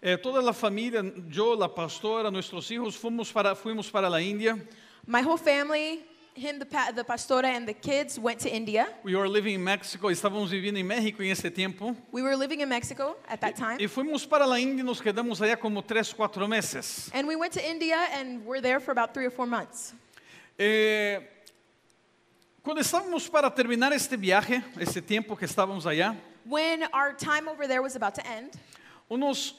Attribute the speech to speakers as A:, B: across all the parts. A: Eh, toda la familia, yo, la pastora, nuestros hijos, fuimos para, fuimos para la India.
B: My whole family, him, the, pa- the pastora, and the kids went to India.
A: We were living in Mexico, estábamos viviendo en México en ese tiempo.
B: We were living in Mexico at that time.
A: Y fuimos para la India y nos quedamos allá como tres, cuatro meses.
B: And we went to India and were there for about three or four months.
A: Eh, cuando estábamos para terminar este viaje, este tiempo que estábamos allá,
B: When our time over there was about to end,
A: unos,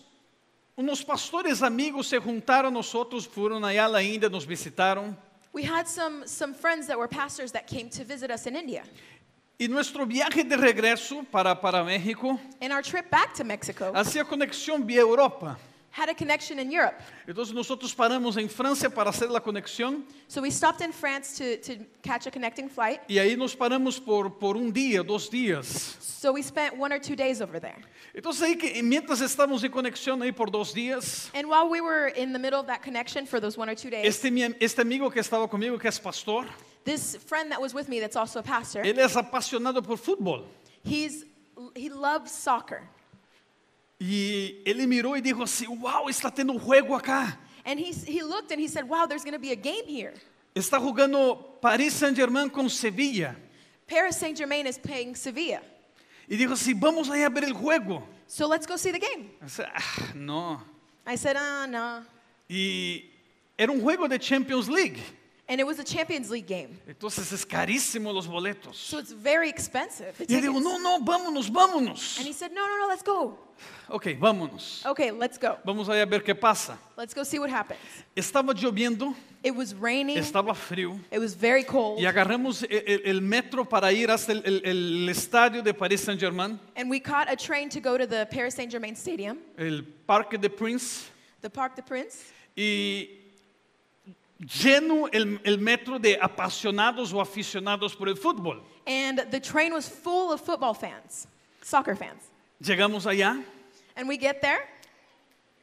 A: unos pastores amigos se juntaron a nosotros, fueron allá a la India, nos visitaron.
B: we had some, some friends that were pastors that came to visit us in India.
A: Y nuestro viaje de regreso para, para México
B: And our trip back to Mexico
A: hacía conexión vía Europa.
B: had a connection in Europe.
A: Entonces nosotros paramos en Francia para hacer la conexión
B: So we stopped in France to, to catch a connecting flight.
A: y ahí nos paramos por, por un día, dos días.
B: So we spent one or two days over there.
A: Entonces ahí que, mientras estamos en conexión ahí por dos días,
B: And while we were in the middle of that connection for those one or two days,
A: este, mi am- este amigo que estaba conmigo, que es pastor,
B: this friend that was with me, that's also a pastor,
A: él es apasionado por fútbol.
B: He's he loves soccer.
A: Y él miró y dijo así, wow, está tendo un juego acá.
B: And he, he looked and he said, Wow, there's going to be a game here.
A: Está jugando Paris Saint Germain con Sevilla.
B: Paris Saint Germain is playing Sevilla.
A: Y dijo así, vamos ahí a ver el juego.
B: So let's go see the game.
A: O sea, "Ah, no.
B: I said, Ah, no.
A: Y era un juego de Champions League.
B: And it was a Champions League game.
A: Entonces es carísimo los boletos.
B: So it's very expensive. the
A: Y yo digo,
B: tickets.
A: no, no, vámonos,
B: And he
A: vámonos.
B: said, No, no, no, let's go.
A: Ok, vámonos.
B: Okay, let's go.
A: Vamos aí a ver qué pasa.
B: Let's go see what happens.
A: Estava chovendo,
B: It was raining.
A: estava frio.
B: It was very cold.
A: E agarramos el, el- el metro para ir hasta el, el- el estadio de Paris Saint-Germain,
B: And we caught a train to go to the Paris Saint Germain Stadium,
A: el Parque de Prince.
B: the Parc de Prince.
A: E lleno el, el metro de apasionados o aficionados por el fútbol.
B: And the train was full of football fans, soccer fans.
A: Llegamos allá,
B: And we get there,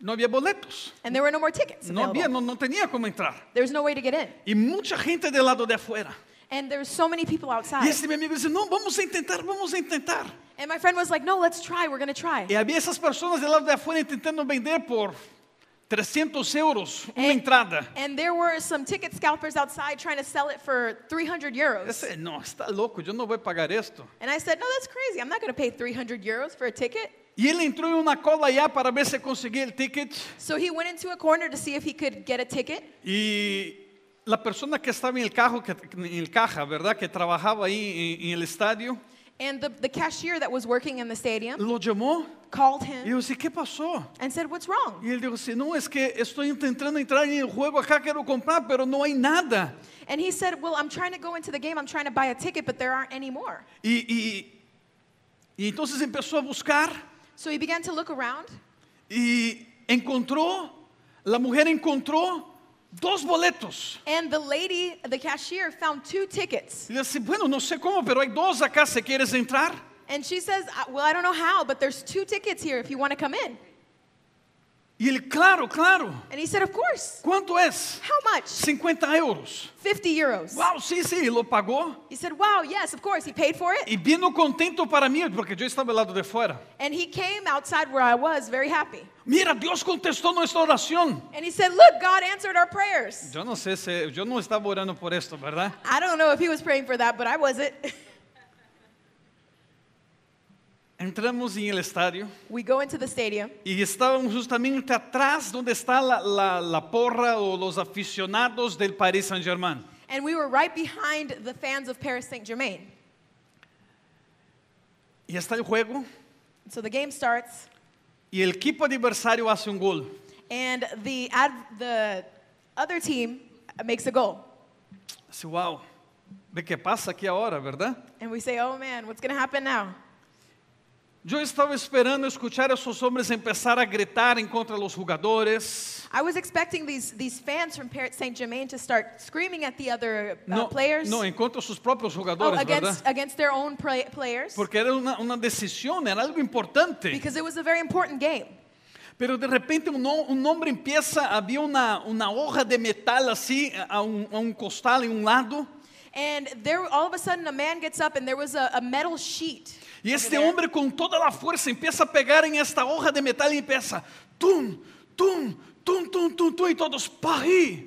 A: no había boletos.
B: and there were no more tickets.
A: No
B: Available.
A: había, no, no tenía como entrar.
B: There was no way to get in.
A: E muita gente del lado de afuera.
B: And there were so many people
A: E
B: outside.
A: esse meu amigo disse: Não, vamos tentar, vamos tentar.
B: And my friend was like, no, let's try. We're going to try.
A: E havia essas pessoas do lado de fora tentando vender por 300 euros uma
B: É.
A: entrada.
B: And there were some ticket scalpers outside trying to sell it for 300
A: Eu
B: euros.
A: disse: Não, está tá louco, eu não vou pagar isto.
B: And I said, no, that's crazy. I'm not going to pay 300 euros for a ticket.
A: E ele entrou em uma cola lá para ver se conseguia o ticket.
B: So he went into a corner to see if he could get a ticket.
A: E a pessoa que estava em carro, que, em caja, verdade, que trabalhava aí em, em el estádio,
B: And the, the cashier that was working in the stadium
A: lo chamou.
B: called
A: E
B: him
A: eu disse: O que passou?
B: and said, what's
A: E
B: wrong?
A: ele disse: Não, é que estou tentando entrar em jogo acá, quero comprar, mas não há nada.
B: And he said, well, I'm trying to go into the game. I'm trying to buy a ticket, but there aren't any more.
A: E, e, e então começou a buscar
B: So he began to look around.
A: e encontrou, a mulher encontrou dois boletos.
B: And the lady, the cashier, found two tickets.
A: E ele disse, bueno, não sei como, pero há dois acá se queres entrar.
B: And she says, "I- Well, I don't know how, but there's two tickets here if you want to come in.
A: E ele, claro, claro.
B: And he said, Of course.
A: Quanto é?
B: How much?
A: 50 euros.
B: 50 euros.
A: Uau, sim, sim, ele o pagou.
B: He said, Wow, yes, of course. He paid for it.
A: E vindo contento para mim, porque eu estava do lado de fora.
B: And he came outside where I was, very happy.
A: Mira, Deus contestou nossa oração.
B: And he said, Look, God answered our prayers.
A: Eu não sei se, eu não estava orando por isto, verdade?
B: I don't know if he was praying for that, but I wasn't.
A: Entramos em el estádio.
B: we go into the stadium,
A: Y estábamos justamente atrás donde está la, la- la porra o los aficionados del Paris Saint Germain.
B: and we were right behind the fans of Paris Saint Germain.
A: Y está el juego
B: So the game starts,
A: y el equipo adversario hace un gol.
B: and the, ad- the other team makes a goal.
A: Dice, wow, ¿de qué pasa aquí ahora, verdad?
B: And we say, Oh man, what's going to happen now?
A: Yo estaba esperando escuchar a esos hombres empezar a gritar en contra de los jugadores.
B: I was expecting these, these fans from Paris Saint Germain to start screaming at the other uh,
A: No,
B: players.
A: no, en contra de sus propios
B: oh,
A: jugadores,
B: against,
A: ¿verdad?
B: against their own play, players.
A: Porque era una, una decisión, era algo importante.
B: because it was a very important game.
A: Pero de repente un, ho- un hombre empieza, había una, una hoja de metal así a un, a un costal en un lado,
B: And there, all of a sudden, a man gets up, and there was a, a metal sheet.
A: y
B: over
A: este
B: there.
A: hombre con toda la fuerza empieza a pegar en esta hoja de metal y empieza, tum, tum, tum, tum, tum, tum, e todos, Paris.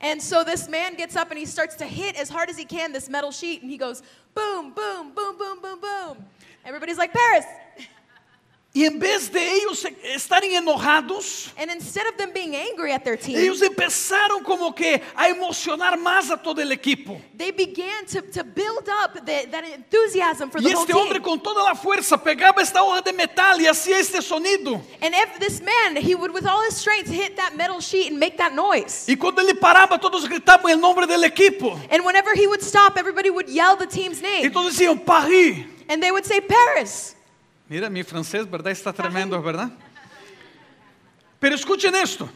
B: And so this man gets up and he starts to hit as hard as he can this metal sheet and he goes boom, boom, boom, boom, boom, boom. Everybody's like, Paris.
A: E em vez de eles estarem enojados,
B: And instead of them being angry at their team,
A: eles empezaram como que a emocionar mais a todo o equipo.
B: they began to, to build up the, that enthusiasm for
A: E
B: the whole
A: este homem
B: team.
A: com toda a força pegava esta hoja de metal e hacía este sonido.
B: And if this man, he would with all his strength hit that metal sheet and make that noise.
A: E quando ele parava, todos gritavam o nome do equipo.
B: And whenever he would stop, everybody would yell the team's
A: E
B: name.
A: todos diziam, Paris.
B: And they would say, Paris.
A: Mira, mi francês, ¿verdad? Está tremendo, ¿verdad? Pero escuchen esto.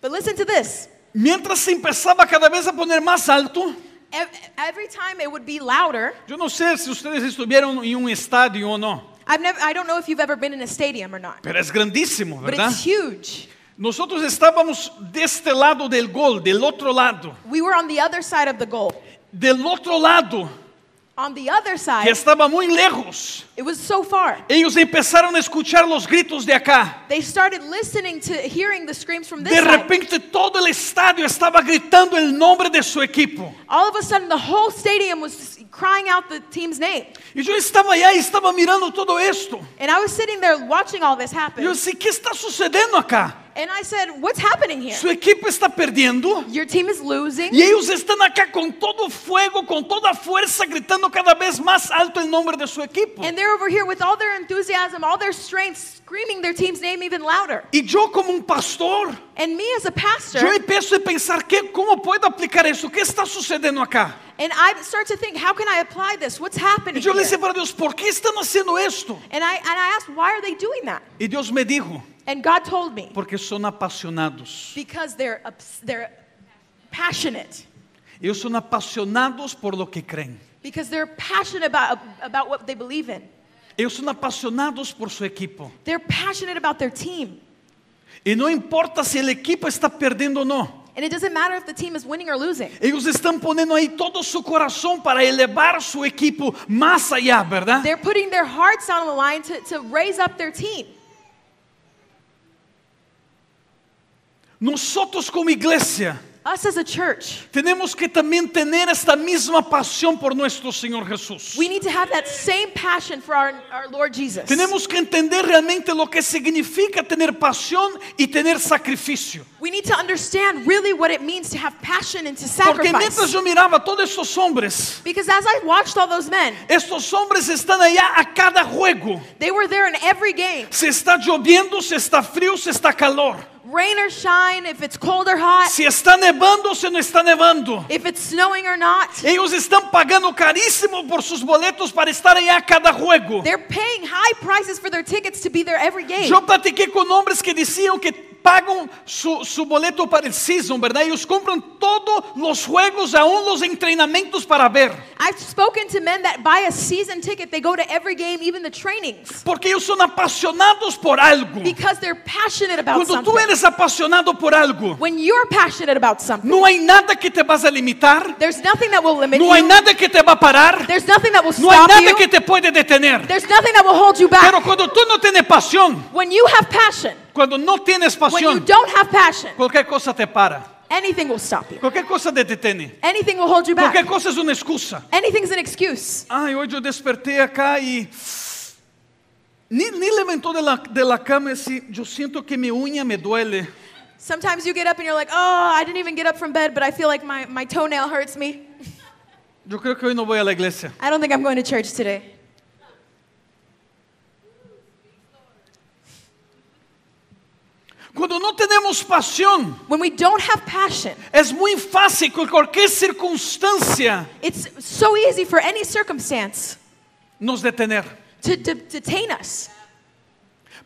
B: But listen to this.
A: Mientras se empezaba cada vez a poner más alto,
B: Ev- Every time it would be louder.
A: yo no sé si ustedes estuvieron en un estadio o no,
B: I've never, I don't know if you've ever been in a stadium or not,
A: pero es grandísimo,
B: but
A: ¿verdad?
B: it's huge.
A: Nosotros estábamos de este lado del gol, del otro lado,
B: We were on the other side of the goal.
A: del otro lado,
B: On the other
A: que
B: side,
A: estaba muy lejos.
B: it was so far.
A: Ellos empezaron a escuchar los gritos de acá.
B: They started listening to hearing the screams from this
A: De
B: side.
A: repente todo el estadio estaba gritando el nombre de su equipo.
B: All of a sudden, the whole stadium was just crying out the team's name.
A: E eu estava allá e estava mirando todo esto.
B: And I was sitting there watching all this
A: E
B: happen.
A: Eu disse, o que está sucedendo acá?
B: And I said, What's happening here?
A: Sua equipe está perdendo.
B: Your team is losing.
A: E eles estão acá com todo o fogo, com toda a força, gritando cada vez mais alto o nome de sua equipe.
B: And they're over here with all their enthusiasm, all their strength, screaming their team's name even louder.
A: E eu, como um pastor,
B: And me as a
A: eu
B: pastor,
A: começo a pensar que como posso aplicar isso? O que está sucedendo acá?
B: and I start to think, How can I apply this? What's happening?
A: E eu
B: here?
A: disse para Deus, por que estão fazendo isto?
B: And I, and I asked, Why are they doing that?
A: E Deus me dijo,
B: And God told me,
A: porque são apaixonados.
B: Because they're, obs- they're passionate.
A: Eles são apaixonados por lo que creem.
B: Because they're passionate about, about what they believe in.
A: Eles são apaixonados por seu equipo.
B: They're passionate about their team.
A: E não importa se o equipo está perdendo ou não.
B: And it doesn't matter if the team is winning or losing.
A: Eles estão pondo aí todo seu coração para elevar seu equipo mais allá, verdade?
B: They're putting their hearts on the line to, to raise up their team.
A: Nós como igreja
B: Us as a church,
A: temos que também ter esta mesma paixão por nosso Senhor Jesus.
B: we need to have that same passion for our, our Lord Jesus.
A: Temos que entender realmente o que significa ter paixão e ter sacrifício.
B: We need to understand really what it means to have passion and to
A: Porque mientras
B: sacrifice.
A: eu mirava todos estes homens,
B: Because as I watched all those men,
A: estes homens estão allá a cada juego.
B: they were there in every game.
A: Se está lloviendo, se está frío, se está calor.
B: Rain or shine, if it's cold or hot,
A: Se está nevando, se não está nevando.
B: if it's snowing or not,
A: Eles estão pagando caríssimo por seus boletos para estar aí a cada juego.
B: they're paying high prices for their tickets to be there every game.
A: Eu platiquei com homens que diziam que pagam su, su boleto para o season, verdade? Eles compram todos os juegos, aún os treinamentos para ver.
B: I've spoken to men that buy a season ticket, they go to every game, even the trainings,
A: Porque eles são apaixonados por algo.
B: because they're passionate about
A: Quando tu
B: something.
A: eres apaixonado por algo,
B: When you're passionate about something,
A: não há nada que te vas a limitar,
B: there's nothing that will limit
A: não há
B: you.
A: nada que te va a parar,
B: There's nothing that will
A: não há
B: stop
A: nada
B: you.
A: que te pode detener.
B: There's nothing that will hold you
A: Pero
B: back.
A: cuando tú no tienes pasión,
B: When you have passion,
A: cuando no tienes
B: when you
A: pasión,
B: don't have passion,
A: cualquier cosa te para,
B: anything will stop you.
A: cualquier cosa te detiene,
B: Anything will hold you
A: cualquier
B: back.
A: cosa es una é excusa.
B: Anything's an excuse.
A: Ay, hoy yo desperté acá y ni, ni levantó de la, de la cama y yo siento que mi uña me duele.
B: Sometimes you get up and you're like, oh, I didn't even get up from bed, but I feel like my, my toenail hurts me.
A: Yo creo que hoy no voy a la iglesia.
B: I don't think I'm going to church today.
A: Cuando no tenemos pasión,
B: When we don't have passion,
A: es muy fácil que cualquier circunstancia
B: it's so easy for any circumstance
A: nos detener.
B: to de- detain us.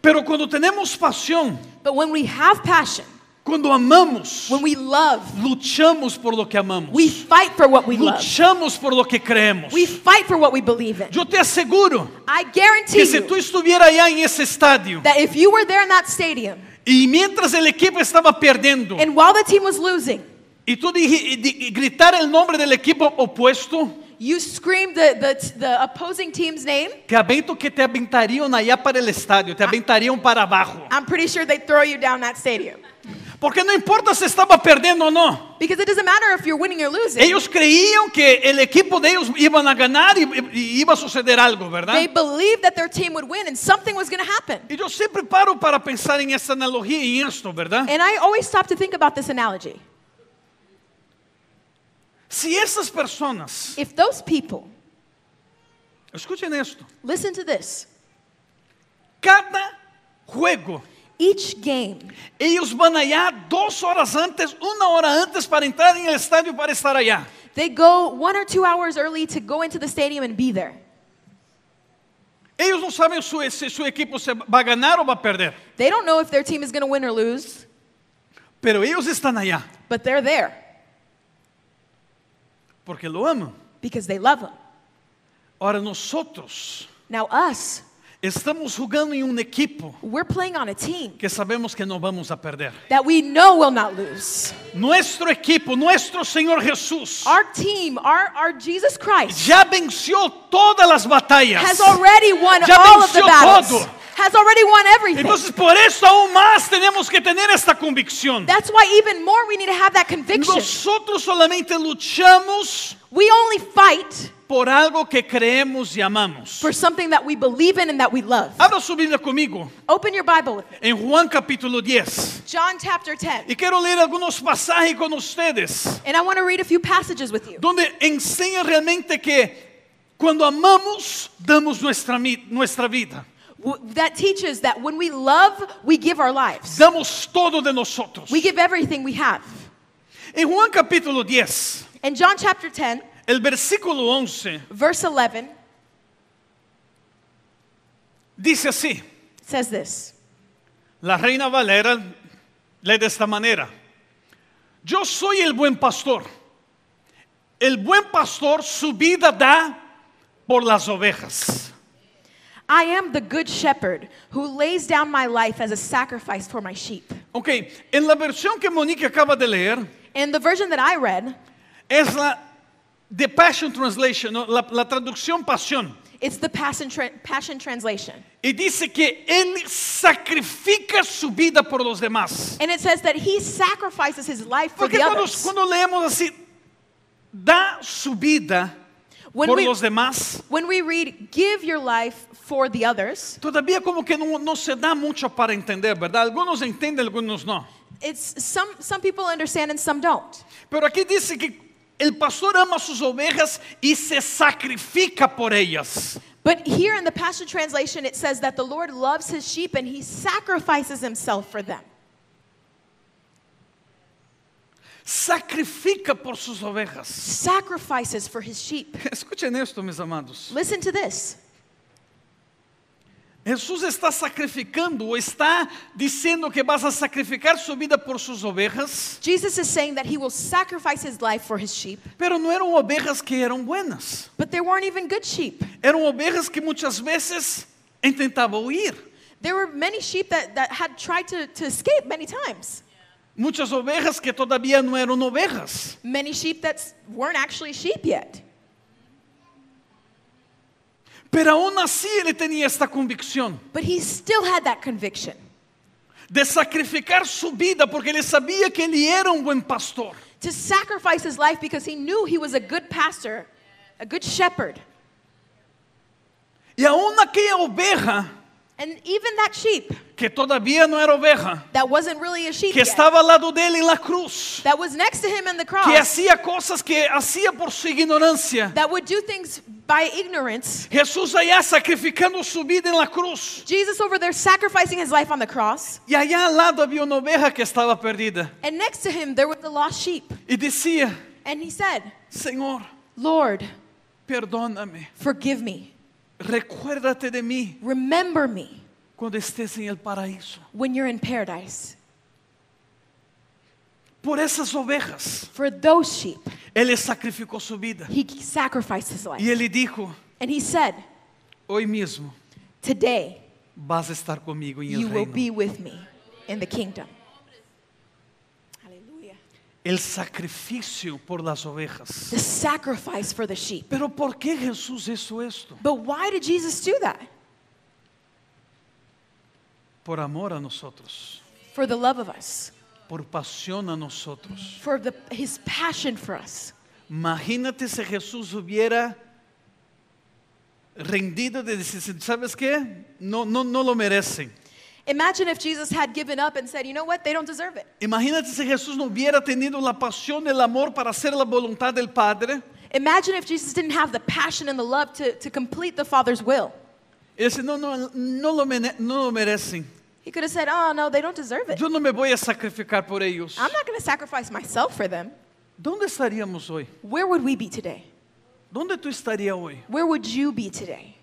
A: Pero cuando tenemos pasión,
B: But when we have passion,
A: cuando amamos,
B: when we love,
A: luchamos por lo que amamos.
B: we fight for what we love.
A: Luchamos por lo que creemos.
B: We fight for what we believe in.
A: Yo te aseguro
B: I guarantee
A: que se tú
B: you
A: estuviera allá en ese estadio
B: that if you were there in that stadium
A: y mientras el equipo estaba perdiendo
B: and while the team was losing,
A: y tú dije- y di- y gritar el nombre del equipo opuesto,
B: You screamed the, the, the opposing team's name.
A: Te avento que te aventariam allá para el estadio, te aventariam para abajo.
B: I'm pretty sure they'd throw you down that stadium.
A: Porque não importa se estava perdendo ou não.
B: Because it doesn't matter if you're winning or losing.
A: Eles creiam que o equipo deles iam a ganhar e, e ia suceder algo,
B: They
A: verdade?
B: believed that their team would win and something was going to happen.
A: E eu sempre paro para pensar em essa analogia, em isto, verdade?
B: And I always stop to think about this analogy.
A: Se essas pessoas,
B: If those people,
A: escutem isto,
B: listen to this,
A: cada jogo
B: each game,
A: Ellos van allá dos horas antes, una hora antes para entrar en el estadio para estar allá.
B: they go one or two hours early to go into the stadium and be there.
A: Ellos no saben su- si su equipo se va a ganar o va a perder,
B: They don't know if their team is going to win or lose,
A: pero ellos están allá
B: but they're there
A: porque lo aman.
B: because they love them.
A: Ahora nosotros
B: Now, us,
A: estamos jugando en un equipo
B: we're playing on a team
A: que sabemos que no vamos a perder.
B: that we know will not lose.
A: Nuestro equipo, nuestro Señor Jesús,
B: Our team, our, our Jesus Christ,
A: ya venció todas las batallas.
B: has already won
A: Ya
B: all of the
A: venció
B: battles,
A: todo.
B: has already won everything.
A: Entonces por eso aún más tenemos que tener esta convicción.
B: That's why, even more, we need to have that conviction.
A: Nosotros solamente luchamos
B: We only fight
A: por algo que creemos y amamos.
B: for something that we believe in and that we love.
A: Abra su Biblia conmigo
B: Open your Bible with me.
A: en Juan capítulo 10.
B: John chapter 10.
A: Y quiero leer algunos pasajes con ustedes
B: And I want to read a few passages with you
A: donde enseña realmente que cuando amamos, damos nuestra, mi- nuestra vida.
B: w- that teaches that when we love, we give our lives.
A: Damos todo de nosotros.
B: We give everything we have.
A: En Juan capítulo 10,
B: In John chapter 10,
A: el versículo 11
B: verse 11
A: dice así.
B: says this
A: La reina Valera lee de esta manera. Yo soy el buen pastor. El buen pastor su vida da por las ovejas.
B: I am the good shepherd who lays down my life as a sacrifice for my sheep.
A: Ok, en la versión que Monique acaba de leer,
B: And the version that I read,
A: es la The Passion Translation, ¿no? la, la traducción pasión.
B: it's the Passion, tra- Passion Translation.
A: Y dice que él sacrifica su vida por los demás.
B: And it says that he sacrifices his life for
A: Porque
B: the
A: cuando,
B: others.
A: cuando leemos así, da su vida
B: When
A: por
B: we-
A: los demás.
B: When we read, give your life for the others,
A: Todavía como que no, no se da mucho para entender, ¿verdad? Algunos entienden, algunos no.
B: it's some, some people understand and some don't.
A: Pero aquí dice que el pastor ama sus ovejas y se sacrifica por ellas.
B: But here in the Passion Translation, it says that the Lord loves his sheep and he sacrifices himself for them.
A: Sacrifica por sus ovejas.
B: Sacrifices for his sheep.
A: Escuchen esto, mis amados.
B: Listen to this.
A: Jesús está sacrificando o está diciendo que vas a sacrificar su vida por sus ovejas,
B: Jesus is saying that he will sacrifice his life for his sheep,
A: pero no eram ovejas que eram buenas.
B: but there weren't even good sheep.
A: Eram ovejas que muitas vezes tentavam huir.
B: There were many sheep that, that had tried to, to escape many times.
A: Muitas ovejas que todavía não eram ovejas.
B: Many sheep that s- weren't actually sheep yet.
A: Pero aún así ele tinha esta convicção
B: But he still had that conviction
A: de sacrificar sua vida, porque ele sabia que ele era um bom pastor.
B: to sacrifice his life because he knew he was a good pastor, a good shepherd.
A: E aún aquela oveja,
B: And even that sheep
A: que todavía não era oveja,
B: that wasn't really a sheep
A: que
B: yet,
A: estava ao lado dele na cruz,
B: that was next to him on the
A: que
B: cross,
A: hacía coisas que hacía por sua ignorância,
B: that would do things by ignorance.
A: Jesus allá sacrificando sua vida na cruz.
B: Jesus over there sacrificing his life on the cross.
A: E allá ao lado havia uma oveja que estava perdida.
B: And next to him, there was the lost sheep.
A: E dizia:
B: And he said,
A: Senhor,
B: Lord,
A: perdóname,
B: forgive me.
A: recuérdate de mim.
B: Remember me
A: cuando estés en el paraíso.
B: when you're in paradise.
A: Por esas ovejas,
B: For those sheep,
A: Él sacrificó su vida.
B: he sacrificed his life.
A: Y Él dijo,
B: And he said,
A: hoy mismo
B: Today,
A: vas a estar conmigo en
B: you
A: el
B: will
A: reino.
B: be with me in the kingdom. Hallelujah.
A: el sacrificio por las ovejas.
B: the sacrifice for the sheep.
A: Pero ¿por qué Jesús hizo esto?
B: But why did Jesus do that?
A: Por amor a nosotros,
B: For the love of us,
A: por pasión a nosotros.
B: for the, his passion for us.
A: Imagínate si Jesús hubiera rendido de decir, ¿sabes qué? No, no, no lo merecen.
B: Imagine if Jesus had given up and said, you know what, they don't deserve it.
A: Imagínate si Jesús no hubiera tenido la pasión, el amor para hacer la voluntad del Padre.
B: Imagine if Jesus didn't have the passion and the love to, to complete the Father's will.
A: Y dice, no, no, no lo, mene- no lo merecen.
B: He could have said, oh, no, they don't deserve it.
A: Yo no me voy a sacrificar por ellos.
B: I'm not going to sacrifice myself for them.
A: ¿Dónde estaríamos hoy?
B: Where would we be today?
A: ¿Dónde tú estarías hoy?
B: Where would you be today?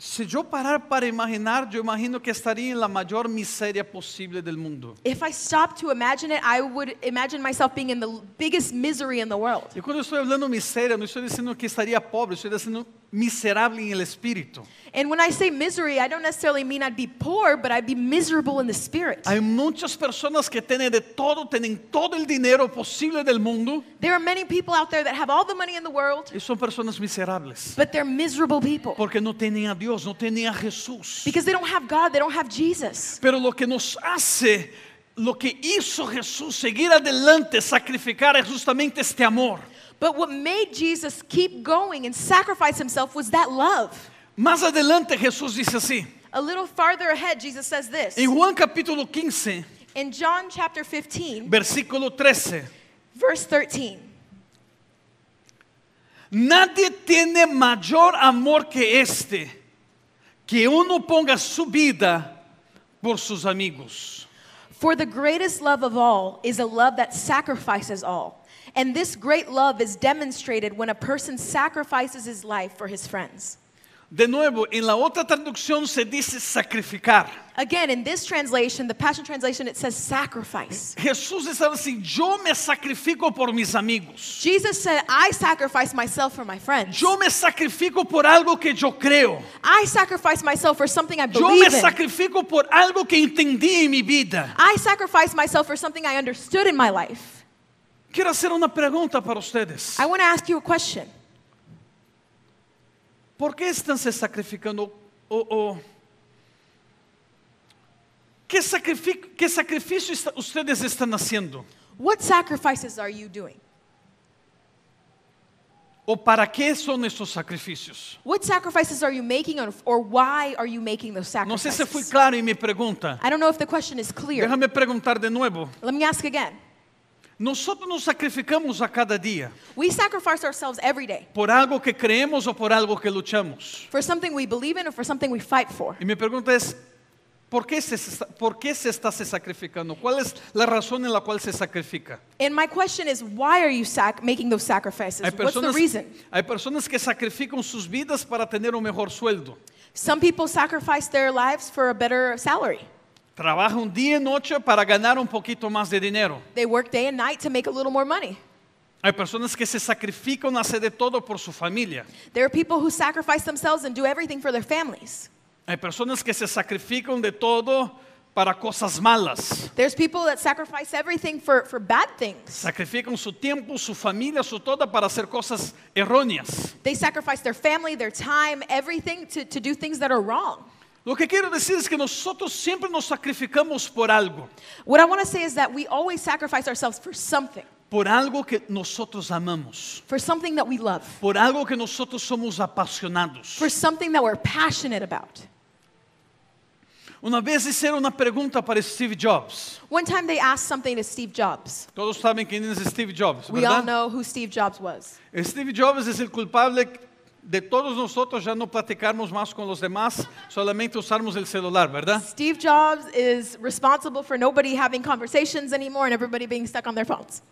A: Si yo parar para imaginar, yo imagino que estaría en la mayor miseria posible del mundo.
B: If I stopped to imagine it, I would imagine myself being in the l- biggest misery in the world.
A: Y cuando estoy hablando miseria, no estoy diciendo que estaría pobre, estoy diciendo miserable en el espíritu.
B: And when I say misery, I don't necessarily mean I'd be poor, but I'd be miserable in the spirit.
A: Hay muchas personas que tienen de todo, tienen todo el dinero posible del mundo
B: There are many people out there that have all the money in the world,
A: y son personas miserables
B: but they're miserable people
A: porque no tienen a Dios, no tienen a Jesús.
B: because they don't have God, they don't have Jesus.
A: Pero lo que nos hace, lo que hizo Jesús seguir adelante, sacrificar, es justamente este amor.
B: But what made Jesus keep going and sacrifice himself was that love.
A: Más adelante Jesús dice así,
B: A little farther ahead, Jesus says this
A: en Juan capítulo 15,
B: in John chapter 15,
A: versículo 13.
B: verse 13.
A: Nadie tiene mayor amor que este, que uno ponga su vida por sus amigos.
B: For the greatest love of all is a love that sacrifices all. And this great love is demonstrated when a person sacrifices his life for his friends.
A: De nuevo, en la otra traducción se dice sacrificar.
B: Again, in this translation, the Passion Translation, it says sacrifice.
A: Jesús estaba así, yo me sacrifico por mis amigos.
B: Jesus said, I sacrifice myself for my friends.
A: Yo me sacrifico por algo que yo creo.
B: I sacrifice myself for something I
A: Yo me
B: believe in.
A: sacrifico por algo que entendí en mi vida.
B: I sacrifice myself for something I understood in my life.
A: Quiero hacer una pregunta para ustedes.
B: I want to ask you a question.
A: ¿Por qué están se sacrificando? O- o- ¿Qué, sacrific- qué sacrificio está- ustedes están haciendo?
B: What sacrifices are you doing?
A: ¿O para qué son estos sacrificios?
B: What sacrifices are you making, or- or why are you making those
A: No sé si fui
B: sacrifices?
A: claro en mi pregunta.
B: I don't know if the question is clear.
A: Déjame preguntar de nuevo.
B: Let me ask again.
A: Nosotros nos sacrificamos a cada día
B: We sacrifice ourselves every day
A: por algo que creemos o por algo que luchamos.
B: for something we believe in or for something we fight for.
A: Y mi pregunta es, ¿por qué se, se está- por qué se está se sacrificando? ¿Cuál es la razón en la cual se sacrifica?
B: And my question is, why are you sac- making those sacrifices?
A: Hay
B: What's the
A: personas,
B: reason?
A: hay personas que sacrificam suas vidas para ter um melhor sueldo.
B: Some people sacrifice their lives for a better salary.
A: Trabalham dia e noite para ganhar um pouquinho mais de dinheiro.
B: They work day and night to make a little more money.
A: Há pessoas que se sacrificam a hacer de todo por sua família.
B: There are people who sacrifice themselves and do everything for their families.
A: Há pessoas que se sacrificam de todo para coisas malas.
B: There's people that sacrifice everything for, for bad things.
A: Sacrificam seu tempo, sua família, sua toda para fazer coisas errôneas.
B: They sacrifice their family, their time, everything to, to do things that are wrong.
A: O que quero dizer é que nós sempre nos sacrificamos por algo,
B: What I want to say is that we always sacrifice ourselves for something,
A: por algo que nós amamos,
B: for something that we love,
A: por algo que nós somos apaixonados.
B: for something that we're passionate about.
A: Uma vez fizeram uma pergunta para Steve Jobs.
B: One time they asked something to Steve Jobs.
A: Todos sabem quem é Steve Jobs,
B: We all
A: verdade?
B: know who Steve Jobs was.
A: Steve Jobs é o culpável de todos nós já não platicarmos mais com os demais, solamente usarmos o celular, verdade?
B: Steve Jobs is responsible for nobody having conversations anymore and everybody being stuck on their phones.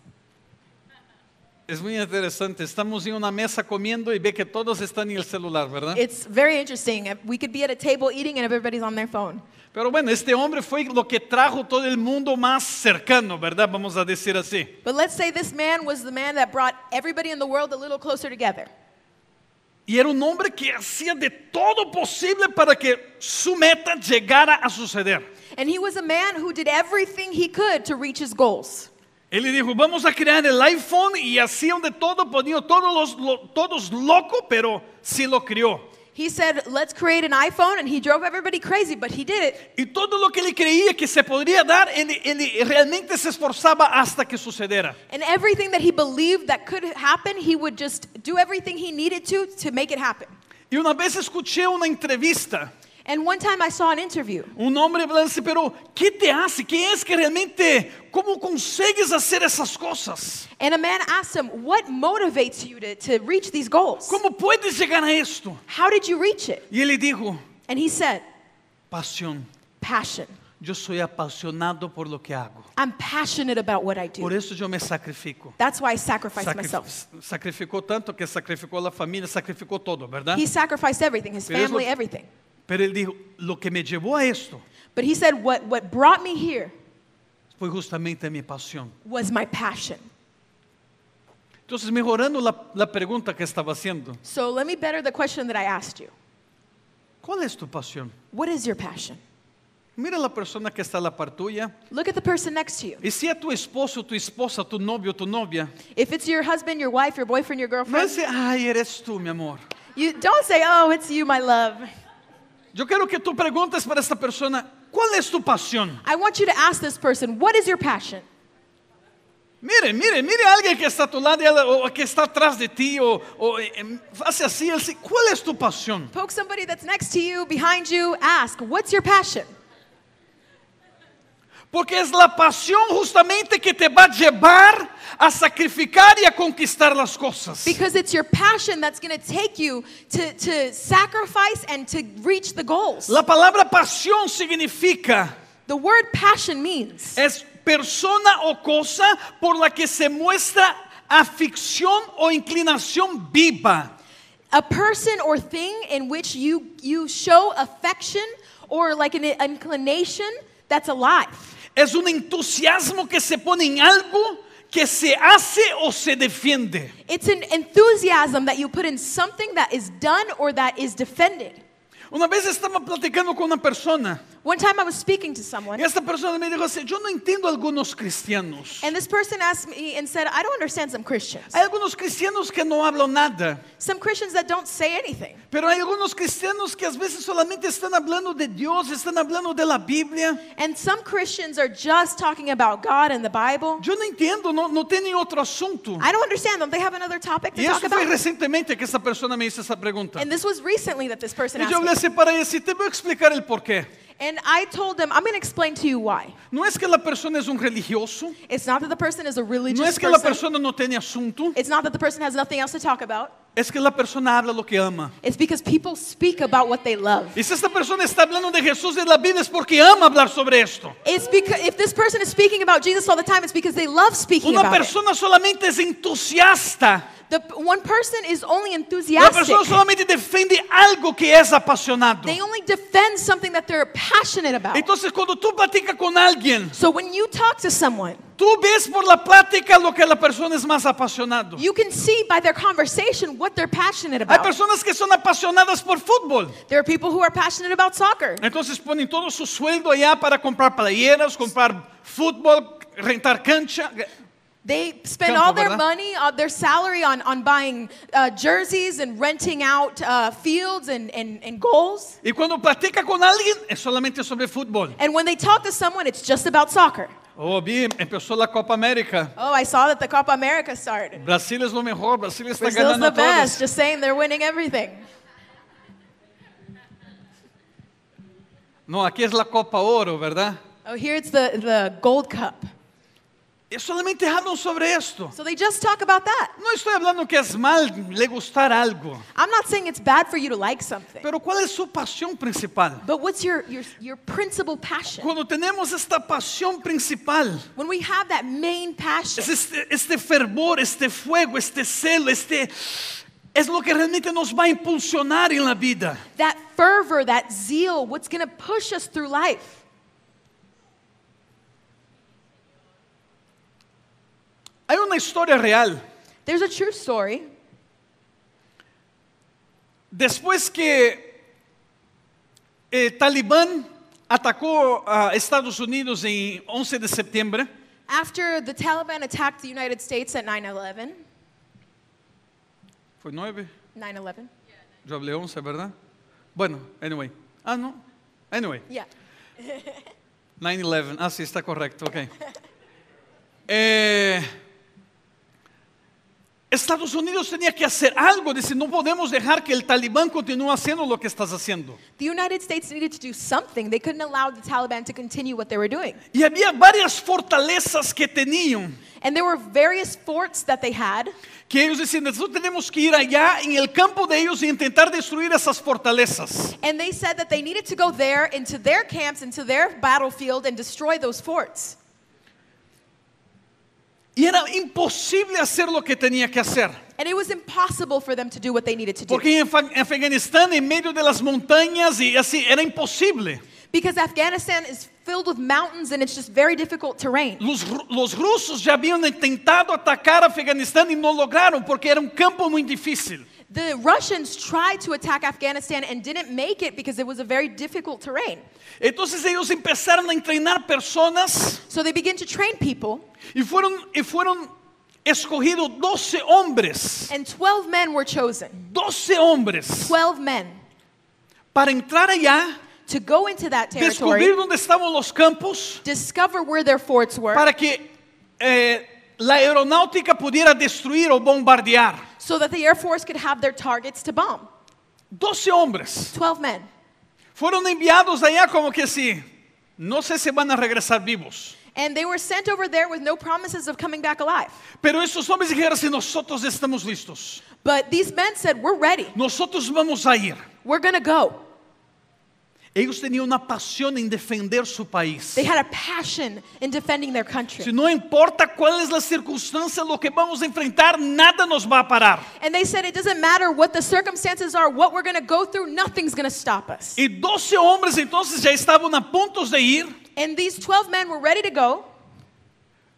A: É muito interessante. Estamos em uma mesa comendo e vê que todos estão em el celular, verdade?
B: It's very interesting. We could be at a table eating and everybody's on their phone.
A: Pero bueno, este homem foi o que trajo todo o mundo mais cercano, verdade? Vamos a dizer assim.
B: But let's say this man was the man that brought everybody in the world a little closer together.
A: E era um homem que hacía de todo possível para que sua meta chegara a suceder.
B: And he was a man who did everything he could to reach his goals.
A: Él le dijo, vamos a crear el iPhone y hacían de todo, ponían todos los lo- todos locos, pero sí lo crió.
B: He said, let's create an iPhone, and he drove everybody crazy, but he did it.
A: Y todo lo que él creía que se podría dar, él, él realmente se esforzaba hasta que sucediera.
B: And everything that he believed that could happen, he would just do everything he needed to to make it happen.
A: Y una vez escuché una entrevista,
B: And one time I saw an interview.
A: un hombre hablando, así, assim, pero ¿qué te hace? ¿Qué es que realmente, cómo consigues hacer esas cosas?
B: And a man asked him, What motivates you to, to reach these goals?
A: ¿Cómo puedes llegar a esto?
B: How did you reach it?
A: Y él le dijo,
B: And he said,
A: pasión.
B: Passion.
A: Yo soy apasionado por lo que hago.
B: I'm passionate about what I
A: Por
B: do.
A: eso yo me sacrifico.
B: That's why I sacrificed
A: Sacri-
B: myself.
A: Sacrificou tanto que sacrificou a família, sacrificou todo, ¿verdad?
B: He sacrificed everything, his
A: Pero eso-
B: family, everything.
A: Pero él dijo, lo que me llevó a esto
B: But he said, What, what brought me here
A: foi justamente a minha pasión.
B: was my passion.
A: Então, mejorando la, la pergunta que estava haciendo,
B: So let me better the question that I asked you
A: qual é tu pasión?
B: What is your passion?
A: Mira a pessoa que está a la par tuya.
B: Look at the person next to you.
A: E se é tu esposo, tu esposa, tu novio, tu novia,
B: If it's your husband, your wife, your boyfriend, your
A: não é
B: girlfriend,
A: assim, ai, eres tu, meu amor.
B: you don't say, Oh, it's you, my love.
A: Eu quero que tu perguntes para esta pessoa, qual é tu pasión?
B: I want you to ask this person, What is your passion?
A: Mire, mire, mire a alguém que está a tu lado e ela, ou que está atrás de ti, ou, ou eh, em, faz assim, assim, qual é tu pasión?
B: Poke somebody that's next to you, behind you, ask, What's your passion?
A: Porque é a pasión justamente que te vai levar a sacrificar e a conquistar as coisas.
B: Because it's your passion that's going to take you to, to sacrifice and to reach the goals.
A: A palavra pasión significa
B: The word passion means
A: es persona o cosa por la que se muestra afición o inclinación viva.
B: a person or thing in which you, you show affection or like an inclination that's alive.
A: Es un entusiasmo que se pone en algo que se hace o se defiende.
B: It's an enthusiasm that you put in something that is done or that is defended.
A: Una vez estaba platicando con una persona
B: One time I was speaking to
A: y
B: someone,
A: esta persona me dijo así, yo no entiendo a algunos cristianos.
B: and this person asked me and said, I don't understand some Christians.
A: Hay algunos cristianos que no hablan nada,
B: Some Christians that don't say anything.
A: pero hay algunos cristianos que a veces solamente están hablando de Dios, están hablando de la Biblia.
B: And some Christians are just talking about God and the Bible.
A: Yo no entiendo, no, no tienen otro asunto.
B: I don't understand them. They have another topic to
A: Y
B: talk
A: eso fue
B: about.
A: recientemente que esta persona me hizo esa pregunta.
B: And this was recently that this person
A: Y yo
B: asked
A: hablé
B: me.
A: así para ella, si te voy a explicar el porqué.
B: And I told them, I'm going to explain to you why.
A: No es que la persona es un religioso,
B: It's not that the person is a religious
A: no es que la
B: person.
A: persona no tiene asunto,
B: It's not that the person has nothing else to talk about.
A: es que la persona habla lo que ama.
B: It's because people speak about what they love.
A: Y si esta persona está hablando de Jesús de la Biblia es porque ama hablar sobre esto.
B: It's because if this person is speaking about Jesus all the time, it's because they love speaking
A: Una
B: about
A: persona solamente es entusiasta.
B: it. The one person is only
A: La persona
B: enthusiastic.
A: solamente defiende algo que es apasionado.
B: They only defend something that they're passionate about.
A: Entonces cuando tú platicas con alguien,
B: So when you talk to someone,
A: tú ves por la plática lo que la persona es más apasionado.
B: You can see by their conversation what they're passionate
A: Hay
B: about.
A: personas que son apasionadas por fútbol.
B: There are people who are passionate about soccer.
A: Entonces ponen todo su sueldo allá para comprar playeras, comprar fútbol, rentar cancha.
B: They spend
A: Campo,
B: all their
A: ¿verdad?
B: money, all their salary on, on buying uh, jerseys and renting out uh, fields and, and, and goals.
A: Y cuando platica con alguien es solamente sobre fútbol.
B: And when they talk to someone, it's just about soccer.
A: Oh, bien, empezó la Copa América.
B: Oh, I saw that the Copa America started.
A: Brasil es lo mejor, Brasil está
B: Brazil's
A: ganando
B: the
A: a todos.
B: best, just saying they're winning everything.
A: No, aquí es la Copa Oro, ¿verdad?
B: Oh, here it's the, the Gold Cup.
A: Y solamente hablan sobre esto.
B: So they just talk about that.
A: No estoy hablando que es mal le gustar algo,
B: I'm not saying it's bad for you to like something,
A: pero ¿cuál es su pasión principal?
B: but what's your, your, your principal passion?
A: Cuando tenemos esta pasión principal,
B: When we have that main passion,
A: es este, este fervor, este fuego, este celo, este es lo que realmente nos va a impulsionar en la vida.
B: that fervor, that zeal, what's going to push us through life?
A: Hay una historia real.
B: There's a true story.
A: Después que eh, Talibán atacó a Estados Unidos en 11 de septiembre,
B: After the Taliban attacked the United States at 9 11,
A: Fue nueve.
B: 9 11?
A: Yo hablé 11, ¿verdad? Bueno, anyway. Ah, no. Anyway,
B: Yeah.
A: 9-11. Ah, sí, está correcto, ok. Eh, Estados Unidos tenía que hacer algo. Dice, no podemos dejar que el talibán continúe haciendo lo que estás haciendo.
B: The United States needed to do something. They couldn't allow the Taliban to continue what they were doing.
A: Y había varias fortalezas que tenían.
B: And there were various forts that they had
A: Que ellos decían, nosotros tenemos que ir allá en el campo de ellos e intentar destruir esas fortalezas.
B: And they said that they needed to go there into their camps, into their battlefield, and destroy those forts.
A: Y era imposible hacer lo que tenía que hacer.
B: And it was impossible for them to do what they needed to do.
A: Porque en Af- Afganistán, en medio de las montañas y así, era imposible.
B: Because Afghanistan is filled with mountains and it's just very difficult terrain.
A: Los, ru- los rusos ya habían intentado atacar Afganistán y no lograron porque era un campo muy difícil.
B: The Russians tried to attack Afghanistan and didn't make it because it was a very difficult terrain.
A: Entonces ellos empezaron Então, a entrenar personas
B: So they began to train people,
A: y fueron, y fueron escogidos 12 hombres,
B: and 12 men were chosen.
A: 12 hombres,
B: 12 men
A: para entrar allá,
B: to go into that
A: descubrir
B: territory,
A: dónde estaban los campos,
B: discover where their forts were,
A: para que eh, la aeronáutica pudiera destruir o bombardear.
B: so that the Air Force could have their targets to bomb.
A: 12 hombres
B: 12 men.
A: fueron enviados allá como que assim, sí, no sé si van a regresar vivos.
B: And they were sent over there with no promises of coming back alive.
A: Pero esos hombres dijeron, si nosotros estamos listos,
B: But these men said, We're ready.
A: nosotros vamos a ir.
B: We're going to go.
A: Ellos tenían una pasión en defender su país.
B: They had a passion in defending their
A: Si
B: country.
A: no importa cuál es la circunstancia, lo que vamos a enfrentar, nada nos va a parar.
B: And they said, It doesn't matter what the circumstances are, what we're going to go through, nothing's going to stop us.
A: Y 12 hombres entonces ya estaban a punto de ir
B: And these 12 men were ready to go.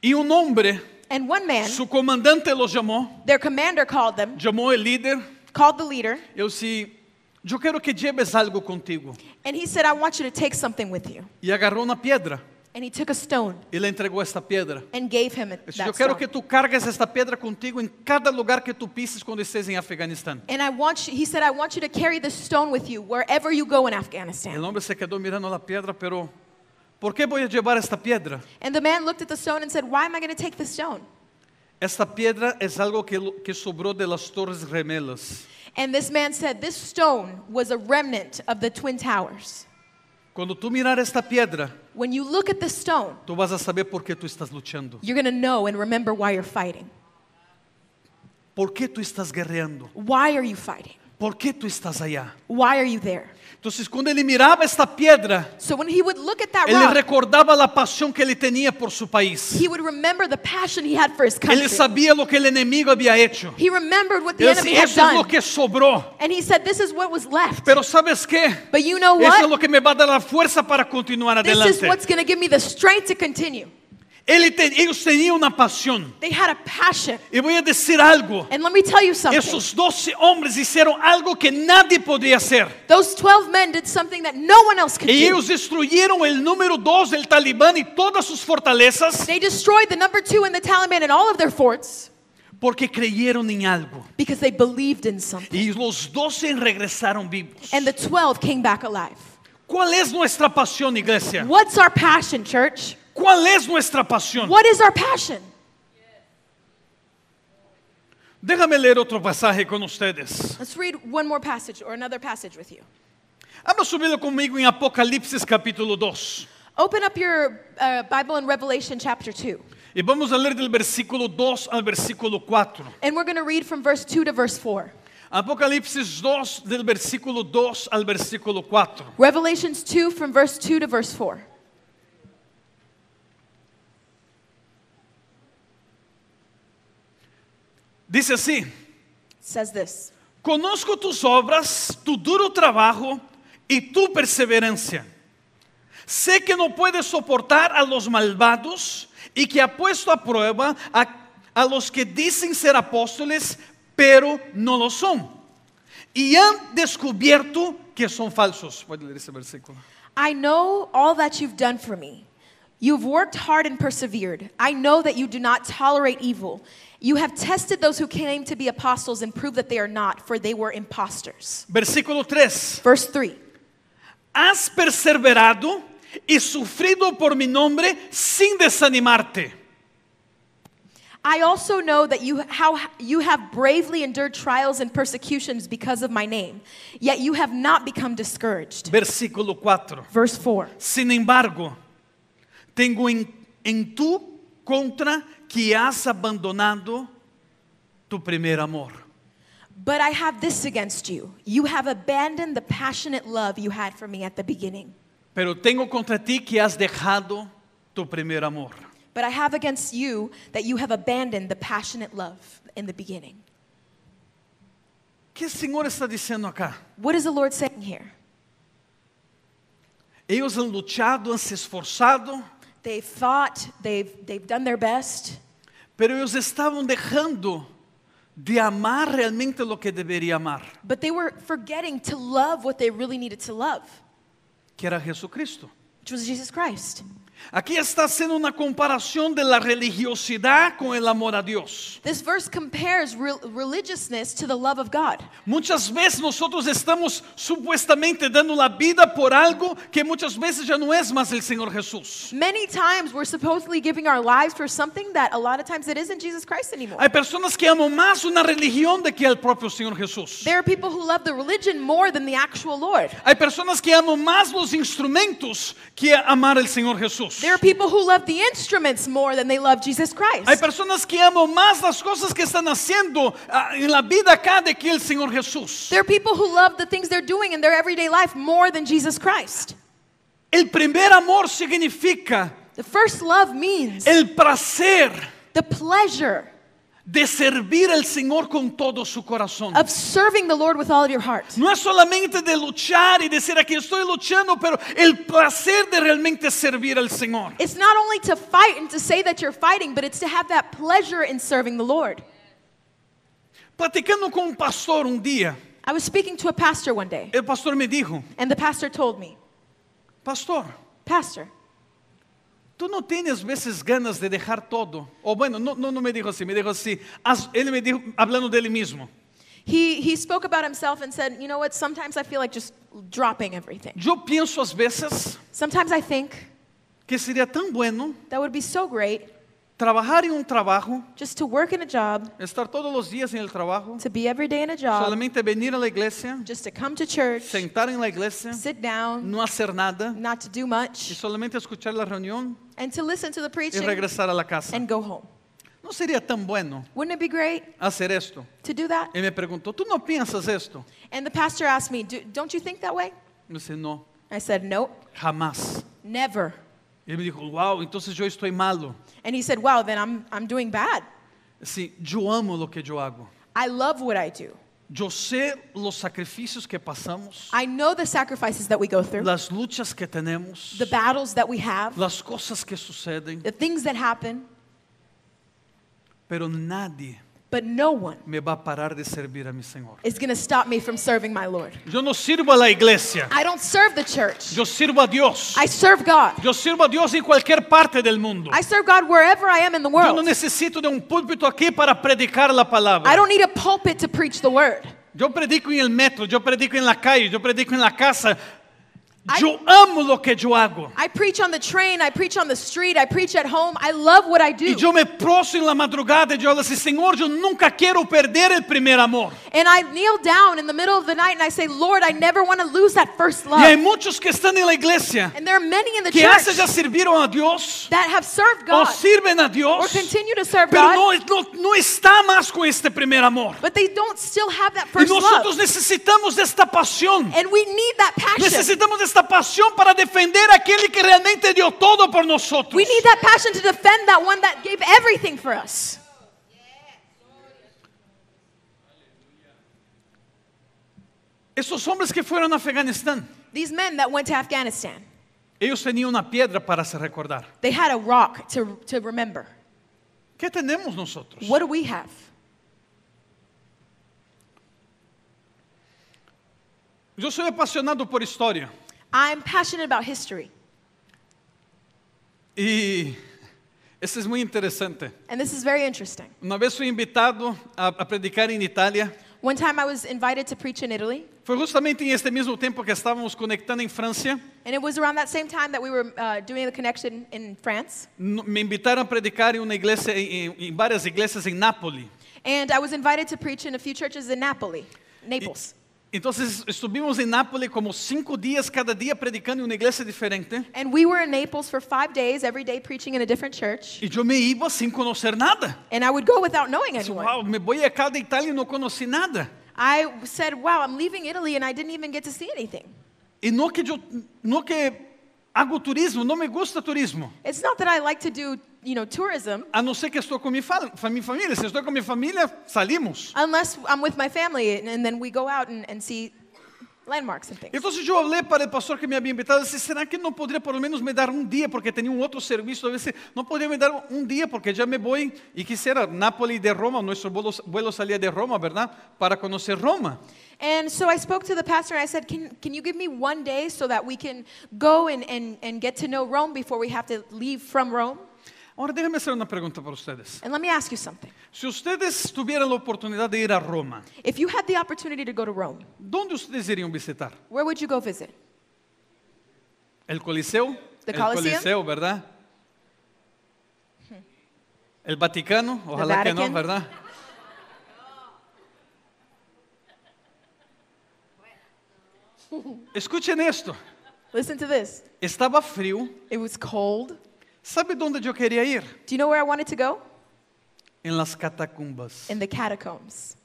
A: y un hombre,
B: And one man,
A: su comandante los llamó,
B: their commander called them,
A: llamó el líder.
B: called the leader,
A: Eu disse, eu quero que lleves algo contigo.
B: and he said, I want you to take something with you.
A: E agarrou uma pedra
B: And he took a stone
A: e le entregou esta pedra.
B: and gave him that
A: Eu disse, eu quero que
B: stone.
A: tu cargas esta pedra contigo em cada lugar que tu pises quando estejas em Afeganistão.
B: And I want you, he said, I want you to carry this stone with you wherever you go in
A: El
B: Afghanistan.
A: hombre se quedó mirando la piedra, pero ¿por qué voy a llevar esta piedra?
B: And the man looked at the stone and said, Why am I going to take this stone?
A: Esta piedra es algo que, lo- que sobró de las torres gemelas.
B: And this man said, This stone was a remnant of the Twin Towers.
A: Quando tu mirar esta piedra,
B: When you look at this stone,
A: tu vas a saber por que tu estás lutando,
B: you're going to know and remember why you're fighting.
A: por que tu estás guerreando,
B: Why are you fighting?
A: por que tu estás allá.
B: Why are you there?
A: Entonces, quando ele mirava esta piedra,
B: So when he would look at that
A: ele
B: rock,
A: recordava a paixão que ele tinha por seu país.
B: he would remember the passion he had for his
A: Ele
B: country.
A: sabia lo que o inimigo havia hecho.
B: He remembered what the
A: Ele disse,
B: enemy had
A: Isso é o
B: done.
A: que sobrou.
B: And he said, This is what was left.
A: Pero sabes qué?
B: But you know
A: Eso es
B: what?
A: lo que me va a dar la fuerza para continuar
B: This is
A: adelante.
B: what's going to give me the strength to continue.
A: Ele te- ellos tenían una pasión.
B: They had a passion.
A: Y voy a decir algo.
B: And let me tell you something.
A: Esos 12 hombres hicieron algo que nadie podía hacer.
B: Those 12 men did something that no one else could
A: Y
B: do.
A: ellos destruyeron el número 2 del talibán y todas sus fortalezas
B: They destroyed the number two in the Taliban and all of their forts
A: porque creyeron en algo.
B: because they believed in something.
A: Y los 12 regresaron vivos.
B: And the 12 came back alive.
A: ¿Cuál es nuestra pasión, iglesia?
B: What's our passion, church?
A: ¿Cuál es nuestra pasión?
B: What is our passion?
A: Déjame leer otro pasaje con ustedes.
B: Let's read one more passage or another passage with you.
A: Abra su Biblia conmigo en Apocalipsis capítulo 2.
B: Open up your uh, Bible in Revelation chapter 2,
A: E vamos a ler del versículo 2 al versículo 4.
B: and we're going to read from verse 2 to verse 4.
A: Apocalipsis 2, del versículo 2 al versículo 4.
B: Revelations 2 from verse 2 to verse 4.
A: Dice así,
B: It says
A: assim,
B: this
A: conozco tus obras, tu duro trabajo y tu perseverancia. Sé que no puedes soportar a los malvados y que ha puesto a prueba a, a los que dicen ser apóstoles, pero no lo son. Y han descubierto que son falsos. Voy a leer ese versículo.
B: I know all that you've done for me, You've worked hard and persevered. I know that you do not tolerate evil. You have tested those who claim to be apostles and proved that they are not, for they were impostors.
A: Versículo 3.
B: Verse 3
A: Has perseverado y sufrido por mi nombre sin desanimarte.
B: I also know that you, how you have bravely endured trials and persecutions because of my name, yet you have not become discouraged.
A: Versículo 4.
B: Verse 4
A: Sin embargo, tengo en, en tu contra que has abandonado tu primer amor.
B: But I have this against you you have abandoned the passionate love you had for me at the beginning.
A: Pero tengo contra ti que has dejado tu primer amor.
B: But I have against you that you have abandoned the passionate love in the beginning.
A: O que o Senhor está dizendo acá?
B: What is the Lord saying here?
A: Eles han luchado, han se esforçado,
B: They've fought, they've, they've done their best,
A: pero eles estavam deixando de amar realmente o que deveria amar,
B: but they were forgetting to love what they really needed to love,
A: que era Jesus Cristo.
B: which was Jesus Christ.
A: Aqui está sendo uma comparação de la religiosidade com o amor a Deus.
B: This verse compares rel- religiousness to the love of God.
A: Muitas vezes nós estamos supostamente dando a vida por algo que muitas vezes já não é mais o Senhor Jesus.
B: Many times we're supposedly giving our lives for something that a lot of times it isn't Jesus Christ anymore.
A: Há pessoas que amam mais uma religião do que o próprio Senhor Jesus.
B: There are people who love the religion more than the actual Lord.
A: Há pessoas que amam mais os instrumentos que amar o Senhor Jesus.
B: There are people who love the instruments more than they love Jesus
A: Há
B: Christ.
A: pessoas que amam mais as coisas que estão fazendo em la vida acá do que o Senhor Jesus.
B: There are people who love the things they're doing in their everyday life more than Jesus Christ.
A: O primeiro amor significa
B: The first love means
A: o prazer
B: the pleasure
A: de servir al Senhor com todo su corazón.
B: of serving the Lord with all of your heart.
A: Não é solamente de luchar e dizer aqui estou luchando, pero el placer de realmente servir al Senhor.
B: It's not only to fight and to say that you're fighting, but it's to have that pleasure in serving the Lord.
A: Platicando com um pastor um dia,
B: I was speaking to a pastor one day,
A: o pastor me dijo,
B: and the pastor told me,
A: pastor,
B: Pastor,
A: Tú no tienes veces ganas de dejar todo. O bueno, no, no, no me dijo así, me dijo así. "Haz-" él me dijo, hablando de él mismo.
B: he, he spoke about himself and said, You know what? Sometimes I feel like just dropping everything.
A: Yo pienso às vezes
B: Sometimes I think
A: que seria tão bueno
B: that would be so great
A: trabalhar em um trabalho,
B: just to work in a job,
A: estar todos os dias em el trabalho,
B: to be every day in a job,
A: solamente venir a la iglesia,
B: just to come to church,
A: sentar en la iglesia,
B: sit down,
A: no hacer nada
B: not to do
A: y
B: much,
A: solamente escuchar la reunión
B: and to listen to the
A: y
B: preaching
A: regresar a la casa.
B: and go home.
A: Não seria tão bueno
B: Wouldn't it be great
A: hacer esto.
B: to do that?
A: Ele me perguntou, "¿Tú não piensas esto?"
B: And the pastor asked me, "Do- Don't you think that way?
A: Eu disse, "Não,
B: I said, Nope,
A: jamás."
B: never.
A: Ele me dijo, "Wow, então eu estou malo."
B: And he said, Wow, then I'm, I'm doing bad.
A: Sim, eu amo o que eu hago.
B: I love what I do.
A: Eu sei os sacrifícios que passamos,
B: I know the sacrifices that we go through,
A: as lutas que temos,
B: the battles that we have,
A: as coisas que sucedem,
B: the things that happen,
A: pero nadie
B: but no one
A: me vai parar de servir a meu Senhor.
B: is going to stop me from serving my Lord.
A: Eu não sirvo a igreja,
B: I don't serve the church,
A: eu sirvo a Deus.
B: I serve God.
A: Eu sirvo a Deus em qualquer parte do mundo.
B: I serve God wherever I am in the
A: Eu não
B: world.
A: necessito de um púlpito aqui para predicar a
B: I
A: palavra.
B: don't need a pulpit to preach the word.
A: Eu predico em el metro, eu predico em la calle, eu predico em la casa.
B: I-
A: Eu amo o que eu hago.
B: I preach on the train, I preach on the street, I preach at home. I love what I
A: E
B: do.
A: eu me prostro na madrugada e eu disse, Senhor, eu nunca quero perder o primeiro amor.
B: And I kneel down in the middle of the night and I say, Lord, I never want to lose that first
A: E há
B: love.
A: muitos que estão na igreja
B: And there are many in the
A: que antes já
B: Ah. church
A: serviram a Deus
B: that have served
A: ou
B: God
A: sirvem a
B: or
A: Deus,
B: continue to serve
A: pero
B: God,
A: não, não, não está mais com este primeiro amor.
B: but they don't still have that
A: E
B: first
A: nós
B: love.
A: necessitamos desta paixão.
B: And we need that passion.
A: Necessitamos desta paixão para defender aquele que realmente deu todo por nós.
B: We need that passion to defend that one that gave everything for us.
A: Esses homens que foram ao Afeganistão,
B: These men that went to Afghanistan,
A: eles tinham uma pedra para se recordar.
B: they had a rock to, to remember.
A: O que temos nós?
B: What do we have?
A: Eu sou apaixonado por história.
B: I'm passionate about history.
A: Y esto es muy interesante.
B: And this is very interesting.
A: Una vez fui invitado a, a predicar en Italia.
B: One time I was invited to preach in Italy,
A: Foi justamente em este mesmo tempo que estávamos conectando em França.
B: and it was around that same time that we were uh, doing the connection in France.
A: N- Me invitaram a predicar em uma igreja, em, em- em várias igrejas em Nápoles.
B: And I was invited to preach in a few churches in Napoli, Naples.
A: Então, estivemos em Nápoles como cinco dias, cada dia predicando em uma igreja diferente. né?
B: And we were in Naples for five days, every day preaching in a different church.
A: E eu me iba sem conhecer nada.
B: And I would go without knowing
A: Disse,
B: anyone.
A: Uau, me voy a cada Itália e não conheci nada.
B: I said, wow, I'm leaving Italy and I didn't even get to see anything.
A: E não que eu, não que hago turismo, não me gusta turismo.
B: It's not that I like to do, you know, tourism
A: A não ser que estou com minha, fa fa- minha família. Se estou com minha família, salimos.
B: unless I'm with my family and, and then we go out and, and see landmarks and things.
A: Então eu falei para o pastor que me havia invitado, disse, será que não poderia pelo menos me dar um dia, porque tinha um outro serviço, eu disse, não poderia me dar um dia, porque já me vou, e quisera, Nápoles de Roma, nosso vuelo, vuelo salia de Roma, verdade? Para conhecer Roma.
B: And so I spoke to the pastor and I said, can, can you give me one day so that we can go and, and, and get to know Rome before we have to leave from Rome?
A: Agora, déjame hacer uma pergunta para vocês.
B: And let me ask you something.
A: Se vocês tiveram a oportunidade de ir a Roma,
B: If you had the opportunity to go to Rome,
A: onde vocês iriam visitar?
B: where would you go visit?
A: El Coliseu?
B: The
A: El
B: Colosseum?
A: Coliseu, ¿verdad? El Vaticano, ojalá que no,
B: Vatican?
A: ¿verdad? Escuchen esto.
B: Listen to this.
A: Estaba frío.
B: It was cold.
A: ¿Sabe dónde yo quería ir?
B: Do you know where I wanted to go?
A: En las catacumbas.
B: In the catacombs.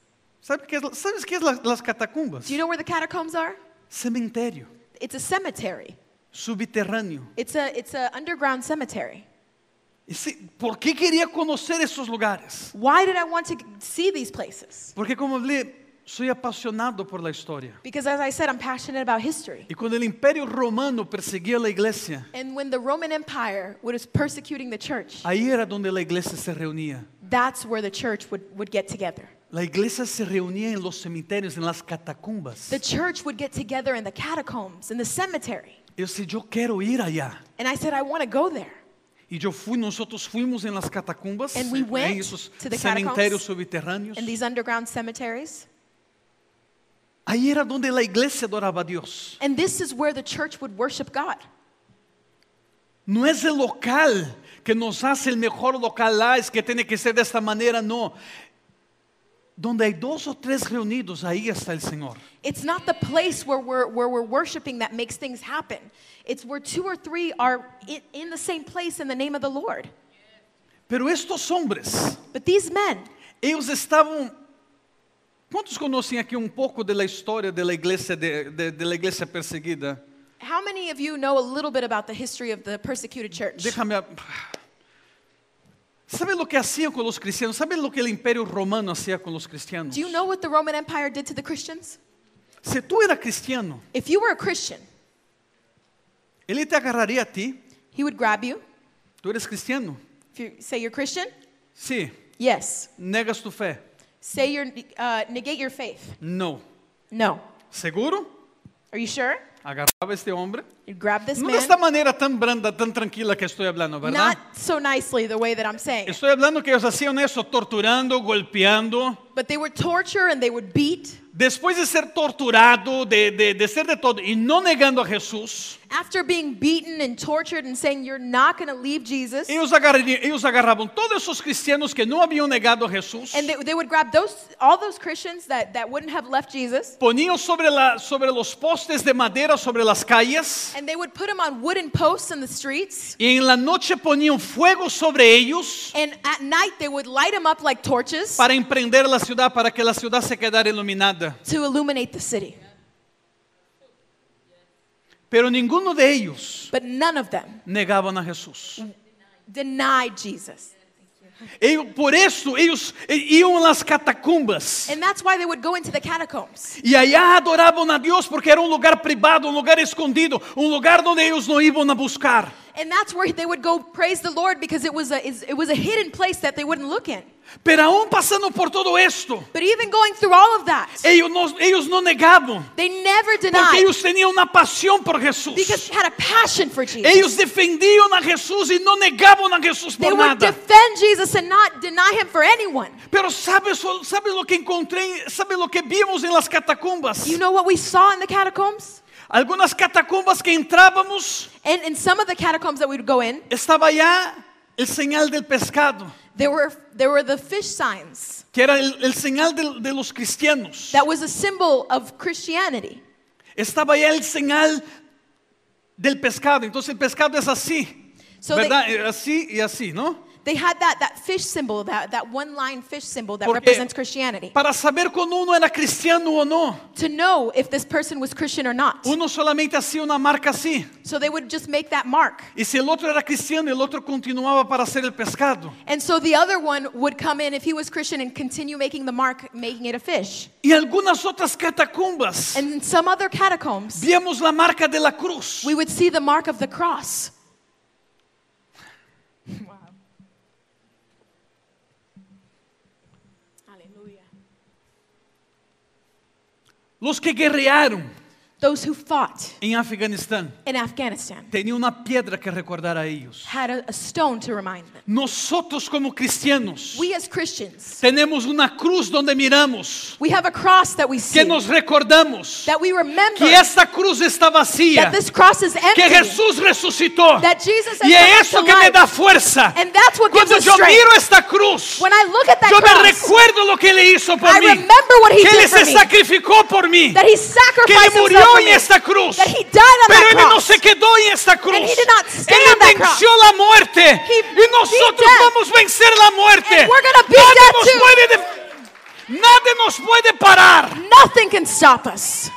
A: ¿Sabe qué es, la- ¿Sabes qué es la- las catacumbas?
B: Do you know where the catacombs are?
A: Cementerio
B: It's a cemetery.
A: subterráneo.
B: It's a it's a underground cemetery.
A: Y sí, ¿Por qué quería conocer esos lugares?
B: Why did I want to see these places?
A: Porque como le soy apasionado por la historia.
B: Because as I said, I'm passionate about history.
A: E quando o Império Romano perseguia a igreja,
B: And when the Roman Empire was persecuting the church,
A: aí era onde a igreja se reunia.
B: that's where the church would, would get together.
A: A igreja se reunia em los cemitérios, em las catacumbas.
B: The church would get together in the catacombs, in the cemetery.
A: Eu disse, eu quero ir allá.
B: And I said, I want to go there.
A: E eu fui, nós outros fuimos em las catacumbas,
B: And we
A: em
B: went
A: esses
B: to the
A: cemitérios
B: catacombs.
A: subterrâneos.
B: In these underground cemeteries.
A: Aí era onde a igreja adorava a Deus.
B: And this is where the church would worship God.
A: Não é o local que nos hace o melhor local lá, es que tem que ser desta maneira, não. Donde há dois ou três reunidos, aí está o Senhor.
B: It's not the place where we're, where we're worshiping that makes things happen. It's where two or three are in, in the same place in the name of the Lord.
A: Pero estes homens
B: But these men,
A: Eles estavam. Quantos conhecem aqui um pouco da história da igreja de, de, da igreja perseguida?
B: how many of you know a little bit about the history of the persecuted church?
A: Déjame. a- Sabe o que faziam com os cristianos? Sabe o que o Império Romano fazia com os cristianos?
B: Do you know what the Roman Empire did to the Christians?
A: Se tu era cristiano,
B: If you were a Christian,
A: ele te agarraria a ti.
B: he would grab you.
A: Tu eres cristiano?
B: If you say you're Christian,
A: Sim.
B: yes.
A: Negas tu fé?
B: Say you're, uh, negate your faith,
A: Não.
B: no.
A: Seguro?
B: Are you sure?
A: Agarrava este homem.
B: You'd grab this
A: Não
B: man.
A: desta maneira tão branda, tão tranquila que estou falando, verdade?
B: Not so nicely the way that I'm saying it.
A: Estou falando que eles faziam isso, torturando, golpeando.
B: But they would torture and they would beat.
A: Después de ser torturado, de, de- de ser de todo y no negando a Jesús,
B: After being beaten and tortured and saying, You're not going to leave Jesus,
A: ellos, agarrarían- ellos agarraban todos esos cristianos que no habían negado a Jesús,
B: and they, they would grab those, all those Christians that, that wouldn't have left Jesus,
A: ponían sobre, la- sobre los postes de madera sobre las calles,
B: and they would put them on wooden posts in the streets.
A: y en la noche ponían fuego sobre ellos
B: And at night, they would light them up like torches
A: para emprender la ciudad, para que la ciudad se quedara iluminada.
B: to illuminate the city.
A: Pero ninguno de ellos
B: But none of them
A: negaban a Jesús.
B: Uhum. denied Jesus.
A: Ellos- por eso ellos eh, iban a las catacumbas.
B: And that's why they would go into the catacombs.
A: E ah, allá adoravam a Deus porque era um lugar privado, um lugar escondido, um lugar onde eles não iam a buscar.
B: And that's where they would go praise the Lord because it was a, is- it was a hidden place that they wouldn't look in.
A: Pero aún pasando por todo esto,
B: But even going through all of that,
A: ellos no, ellos no negaban.
B: they never
A: Porque
B: denied
A: ellos tenían una pasión por Jesús.
B: because they had a passion for Jesus.
A: Ellos defendían a Jesús y no negaban a Jesús
B: They
A: por
B: would
A: nada.
B: defend Jesus and not deny him for anyone.
A: Pero sabes, sabes lo que encontré, sabes lo que vimos en las catacumbas.
B: You know what we saw in the catacombs?
A: Algunas catacumbas que entrábamos,
B: And in some of the catacombs that we would go in,
A: estaba ya el señal del pescado,
B: there were, there were the fish signs.
A: que era el, el señal del- de los cristianos.
B: That was a symbol of Christianity.
A: Estaba ya el señal del pescado. Entonces el pescado es así,
B: So they-
A: ¿verdad? Eh, Así y así, ¿no?
B: They had that, that fish symbol, that, that one line fish symbol that
A: Porque-
B: represents Christianity.
A: Para saber cuando uno era cristiano o no,
B: To know if this person was Christian or not.
A: uno solamente hacía una marca así.
B: So they would just make that mark.
A: Y si el otro era cristiano, el otro continuaba para hacer el pescado.
B: And so the other one would come in if he was Christian and continue making the mark, making it a fish.
A: Y algunas otras catacumbas,
B: And in some other catacombs,
A: vimos la marca de la cruz.
B: we would see the mark of the cross. Hallelujah.
A: Los que guerrearon
B: Those who fought
A: en Afganistán
B: in Afghanistan
A: tenían una piedra que recordar a ellos.
B: had a, a stone to remind them.
A: Nosotros como cristianos
B: We as Christians,
A: tenemos una cruz donde miramos,
B: we have a cross that we see,
A: que nos recordamos
B: that we remember
A: que esta cruz está vacía,
B: that this cross is empty,
A: que Jesús resucitó.
B: that Jesus has
A: Y
B: come
A: es eso
B: to
A: que me
B: life.
A: da fuerza.
B: and that's what gives
A: Cuando
B: us
A: yo
B: strength.
A: miro esta cruz,
B: when I look at that
A: yo me
B: cross,
A: recuerdo lo que Él hizo por
B: I
A: mí,
B: remember what he
A: que Él
B: did for
A: se
B: me.
A: sacrificó por mí,
B: that
A: que
B: he
A: Él
B: sacrificed
A: murió
B: himself for
A: en
B: me,
A: esta cruz.
B: that he died on
A: Pero
B: that
A: Él no
B: cross.
A: se quedó en esta cruz.
B: he did not stay
A: él
B: on that
A: venció la muerte. y
B: beat
A: nosotros
B: death.
A: vamos a vencer la muerte.
B: And we're gonna beat
A: nadie,
B: death
A: nos
B: too.
A: puede de- nadie nos puede parar.
B: Nothing can stop us.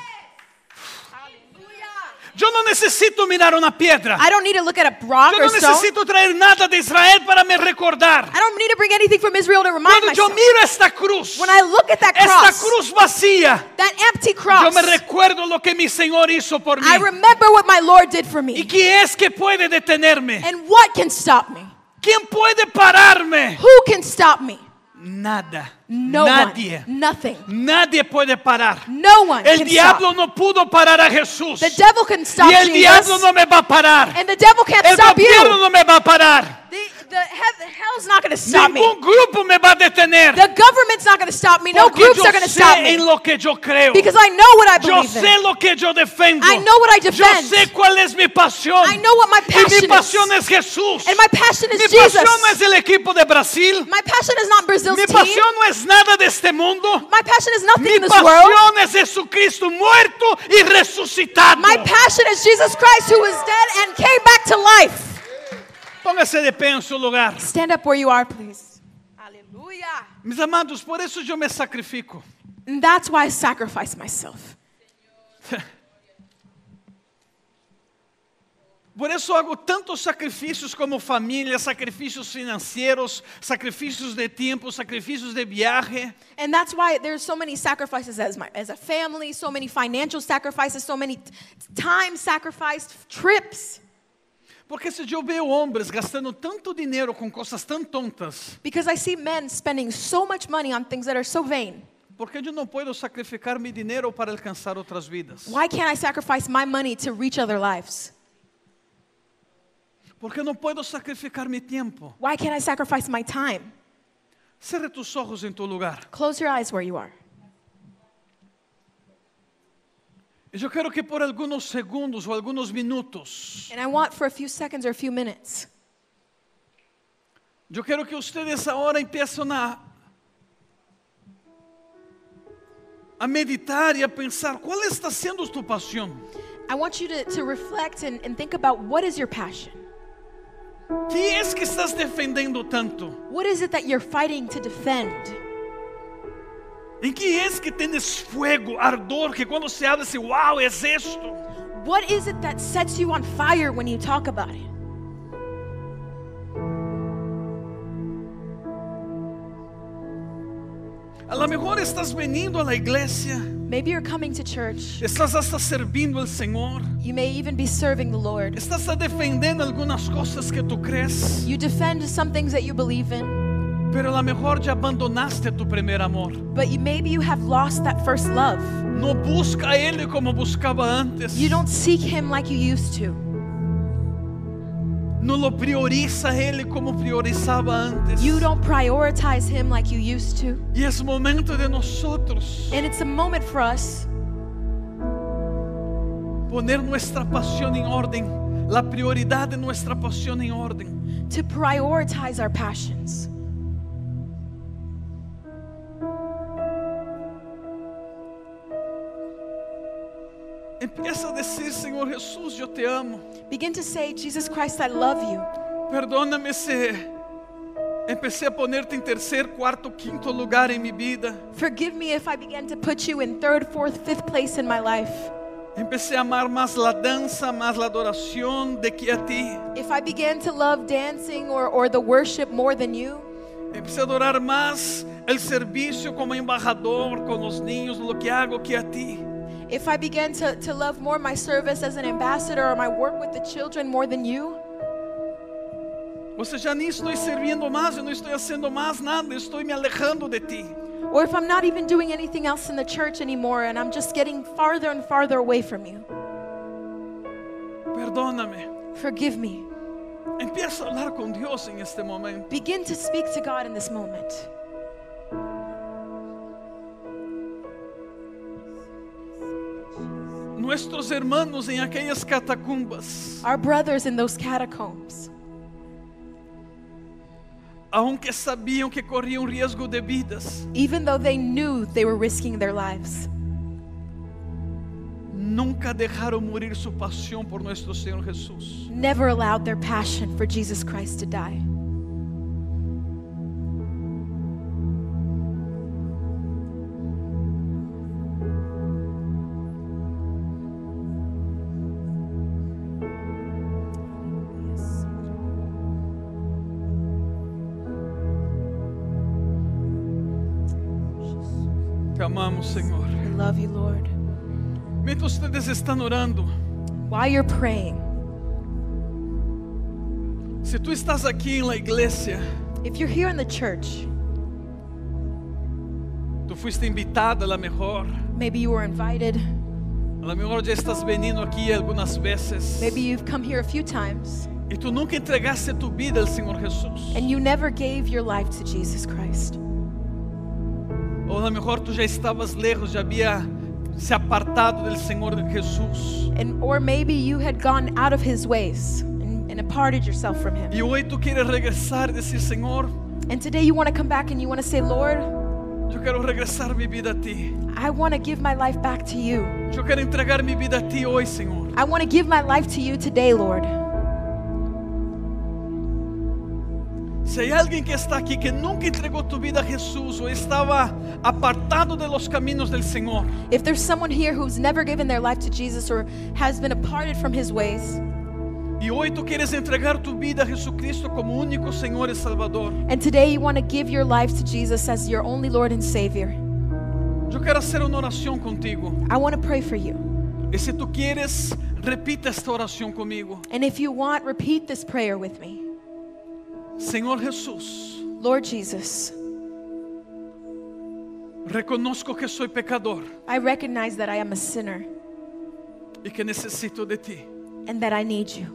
A: Yo no necesito mirar una piedra.
B: I don't need to look at a rock
A: Yo
B: or
A: no
B: stone.
A: necesito traer nada de Israel para me recordar.
B: I don't need to bring anything from Israel to remind
A: Cuando yo
B: myself.
A: miro esta cruz,
B: When I look at that
A: esta
B: cross,
A: cruz vacía,
B: that empty
A: yo
B: cross,
A: me recuerdo lo que mi Señor hizo por mí.
B: I remember what my Lord did for
A: ¿Y
B: me.
A: qué es que puede detenerme?
B: And what can stop me?
A: ¿Quién puede pararme?
B: Who can stop me?
A: Nada.
B: No
A: Nadie.
B: one. Nothing.
A: Nadie puede parar.
B: No one
A: El
B: can
A: diablo
B: stop.
A: no pudo parar a Jesús.
B: The devil can stop
A: Y el diablo
B: Jesus.
A: no me va a parar.
B: and the devil can't
A: El
B: stop
A: gobierno
B: you.
A: no me va a parar.
B: The, the, he- the hell's not going to stop me.
A: Ningún grupo me va a detener.
B: The government's not going to stop me. No
A: Porque
B: groups
A: yo
B: are going to
A: sé
B: stop me.
A: en lo que yo creo.
B: Because I know what I
A: Yo
B: believe in.
A: sé lo que yo defiendo.
B: I know what I
A: Yo
B: defend.
A: sé cuál es mi pasión.
B: I know what my
A: y
B: passion
A: mi
B: is.
A: pasión es Jesús.
B: And my passion is
A: mi
B: Jesus.
A: pasión no es el equipo de Brasil.
B: My passion is not Brazil's
A: Mi
B: team.
A: pasión no es nada de este mundo.
B: My passion is nothing
A: Mi
B: in this world.
A: pasión es Jesucristo muerto y resucitado.
B: My passion is Jesus Christ who was dead and came back to life.
A: Póngase de pé en su lugar.
B: Stand up where you are, please. Hallelujah.
A: Mis amados, por eso yo me sacrifico.
B: And that's why I sacrifice myself.
A: Por eso hago tantos sacrificios como familia, sacrificios financieros, sacrificios de tiempo, sacrificios de viaje.
B: And that's why there's so many sacrifices as, my, as a family, so many financial sacrifices, so many t- time sacrificed trips.
A: Porque se eu vejo homens gastando tanto dinheiro com coisas tão tontas,
B: Because I see men spending so much money on things that are so vain.
A: porque eu não posso sacrificar meu dinheiro para alcançar outras vidas?
B: Why can't I sacrifice my money to reach other lives?
A: Porque eu não posso sacrificar meu tempo?
B: Why can't I sacrifice my time?
A: Cerra tus ojos em tu lugar.
B: Close your eyes where you are.
A: E eu quero que por alguns segundos ou alguns minutos,
B: And I want for a few seconds or a few minutes.
A: eu quero que vocês agora empiecem a a meditar e a pensar qual está sendo a tua paixão?
B: I want you to, to reflect and, and think about what is your passion?
A: Que é que estás defendendo tanto?
B: What is it that you're fighting to defend?
A: Em que é que tens fogo, ardor, que quando se abre, se, uau, é isto?
B: What is it that sets you on fire when you talk about it?
A: A lo mejor estás venindo a la iglesia
B: Maybe you're coming to church.
A: Estás hasta servindo al Señor.
B: You may even be serving the Lord.
A: Estás hasta defendiendo algunas cosas que tú crees.
B: You defend some things that you believe in,
A: Pero a lo mejor ya abandonaste tu primer amor.
B: but you, maybe you have lost that first love.
A: No busca a Él como buscaba antes.
B: You don't seek Him like you used to.
A: No lo prioriza a Él como priorizaba antes.
B: You don't prioritize Him like you used to.
A: Y es momento de nosotros
B: And it's a moment for us
A: poner nuestra pasión en orden. La prioridad de nuestra pasión en orden.
B: to prioritize our passions.
A: Empieza a decir, Señor Jesús, yo te amo.
B: Begin to say, Jesus Christ, I love you.
A: Perdóname se empecé a ponerte em terceiro, quarto, quinto lugar em minha vida.
B: Forgive me if I began to put you in third, fourth, fifth place in my life.
A: Empecé a amar mais a dança, mais a adoração do que a ti.
B: If I began to love dancing or, or the worship more than you.
A: Empecé a adorar mais o serviço como embajador com os niños, lo que hago que a ti.
B: If I began to, to love more my service as an ambassador or my work with the children more than you.
A: Ou seja, nem estou servindo mais, eu não estou fazendo mais nada, eu estou me alejando de ti.
B: Or if I'm not even doing anything else in the church anymore and I'm just getting farther and farther away from you.
A: Perdóname.
B: Forgive me.
A: Empieza a falar com Deus em este momento.
B: Begin to speak to God in this moment.
A: Nuestros hermanos em aquelas catacumbas.
B: Our brothers in those catacombs,
A: aunque sabiam que corriam risco de vidas,
B: even though they knew they were risking their lives,
A: nunca deixaram morir sua paixão por nosso Senhor Jesus.
B: never allowed their passion for Jesus Christ to die.
A: Te amamos, Senhor.
B: We love you, Lord.
A: Mientras ustedes estão orando,
B: While you're praying,
A: se tu estás aqui na igreja,
B: if you're here in the church,
A: tu fuiste invitada, a la mejor,
B: maybe you were invited,
A: a la mejor já estás venindo aqui algumas vezes,
B: maybe you've come here a few times,
A: e tu nunca entregaste tu vida ao Senhor Jesus,
B: and you never gave your life to Jesus Christ.
A: ou a la mejor tu já estavas lejos, já havia se apartado do Senhor Jesus,
B: And or maybe you had gone out of his ways and, and aparted yourself from him.
A: e hoje tu queres regressar e dizer, Senhor,
B: And today you want to come back and you want to say, Lord,
A: eu quero regressar minha vida a ti.
B: I want to give my life back to you.
A: Eu quero entregar minha vida a Ti hoje, Senhor.
B: I want to give my life to you today, Lord.
A: Se há alguém que está aqui que nunca entregou tu vida a Jesus ou estava apartado de los caminhos del Senhor,
B: If there's someone here who's never given their life to Jesus or has been aparted from his ways,
A: e hoje tu queres entregar tu vida a Jesus Cristo como único Senhor e Salvador,
B: and today you want to give your life to Jesus as your only Lord and Savior,
A: eu quero fazer uma oração contigo.
B: I want to pray for you.
A: E se tu queres, repita esta oração comigo.
B: And if you want, repeat this prayer with me
A: Senhor Jesus,
B: Lord Jesus,
A: reconozco que sou pecador
B: I recognize that I am a sinner
A: e que necessito de Ti.
B: and that I need you.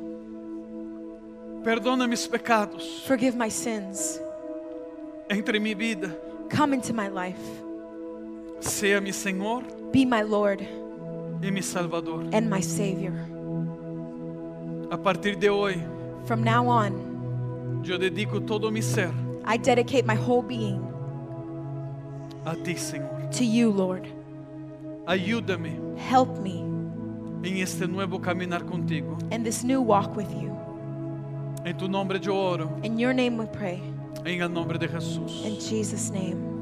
A: Perdona meus pecados
B: Forgive my sins.
A: entre minha vida.
B: Come into my life.
A: Seja meu Senhor
B: Be my Lord
A: e meu Salvador.
B: and my Savior.
A: A partir de hoje,
B: From now on,
A: Yo dedico todo mi ser
B: I dedicate my whole being
A: a ti, Señor.
B: to you, Lord.
A: Ayúdame
B: Help me
A: en este nuevo caminar contigo.
B: in this new walk with you.
A: En tu nombre yo oro,
B: In your name we pray.
A: en el nombre de Jesús.
B: In Jesus' name.